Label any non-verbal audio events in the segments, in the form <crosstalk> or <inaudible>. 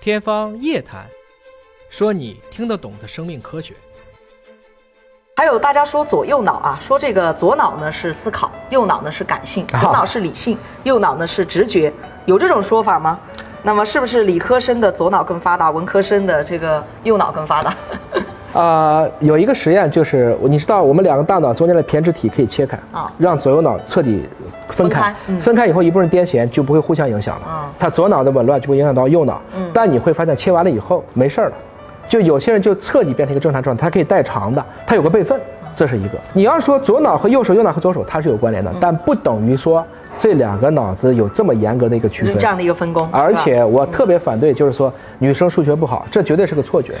天方夜谭，说你听得懂的生命科学。还有大家说左右脑啊，说这个左脑呢是思考，右脑呢是感性，啊左脑是理性，右脑呢是直觉，有这种说法吗？那么是不是理科生的左脑更发达，文科生的这个右脑更发达？呃，有一个实验就是，你知道我们两个大脑中间的胼胝体可以切开，啊让左右脑彻底分开。分开嗯以后，一部分癫痫就不会互相影响了，啊它左脑的紊乱就会影响到右脑。嗯但你会发现切完了以后没事儿了，就有些人就彻底变成一个正常状态，它可以代偿的，它有个备份，这是一个。你要说左脑和右手，右脑和左手它是有关联的，嗯但不等于说这两个脑子有这么严格的一个区就是 <laughs> 分这。样的一个分工，而是吧且我特别反对，就是说女生数学不好，这绝对是个错觉，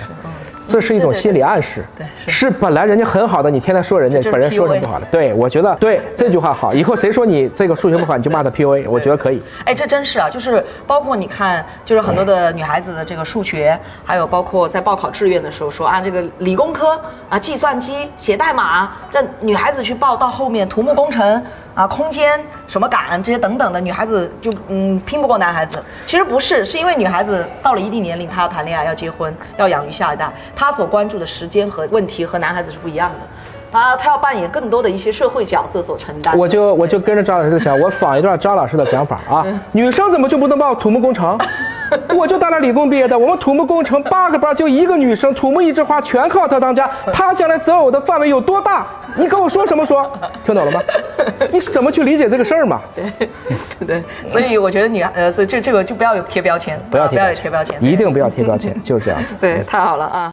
这是一种心理暗示。嗯对对对是本来人家很好的，你天天说人这就是家，本人说成不好了。对，我觉得对这句话好，以后谁说你这个数学不好，你就骂他 PUA，我觉得可以。哎，这真是啊，就是包括你看，就是很多的女孩子的这个数学，还有包括在报考志愿的时候说啊，这个理工科啊，计算机、写代码，这女孩子去报到后面土木工程啊、空间什么感这些等等的，女孩子就嗯拼不过男孩子。其实不是，是因为女孩子到了一定年龄，她要谈恋爱、要结婚、要养育下一代，她所关注的时间和问题和男孩子是不一样的。啊，她要扮演更多的一些社会角色所承担。我就我就跟着张老师的讲，我仿一段张老师的讲法啊，女生怎么就不能报土木工程？我就大连理工毕业的，我们土木工程八个班就一个女生，土木一枝花全靠她当家，她将来择偶的范围有多大？你跟我说什么说？听懂了吗？你怎么去理解这个事儿嘛？ <laughs> 对，所以我觉得你呃，所以这这个就不要有贴标签，不要啊贴标有贴标签，一定不要贴标签，就是这样子。对，太好了啊。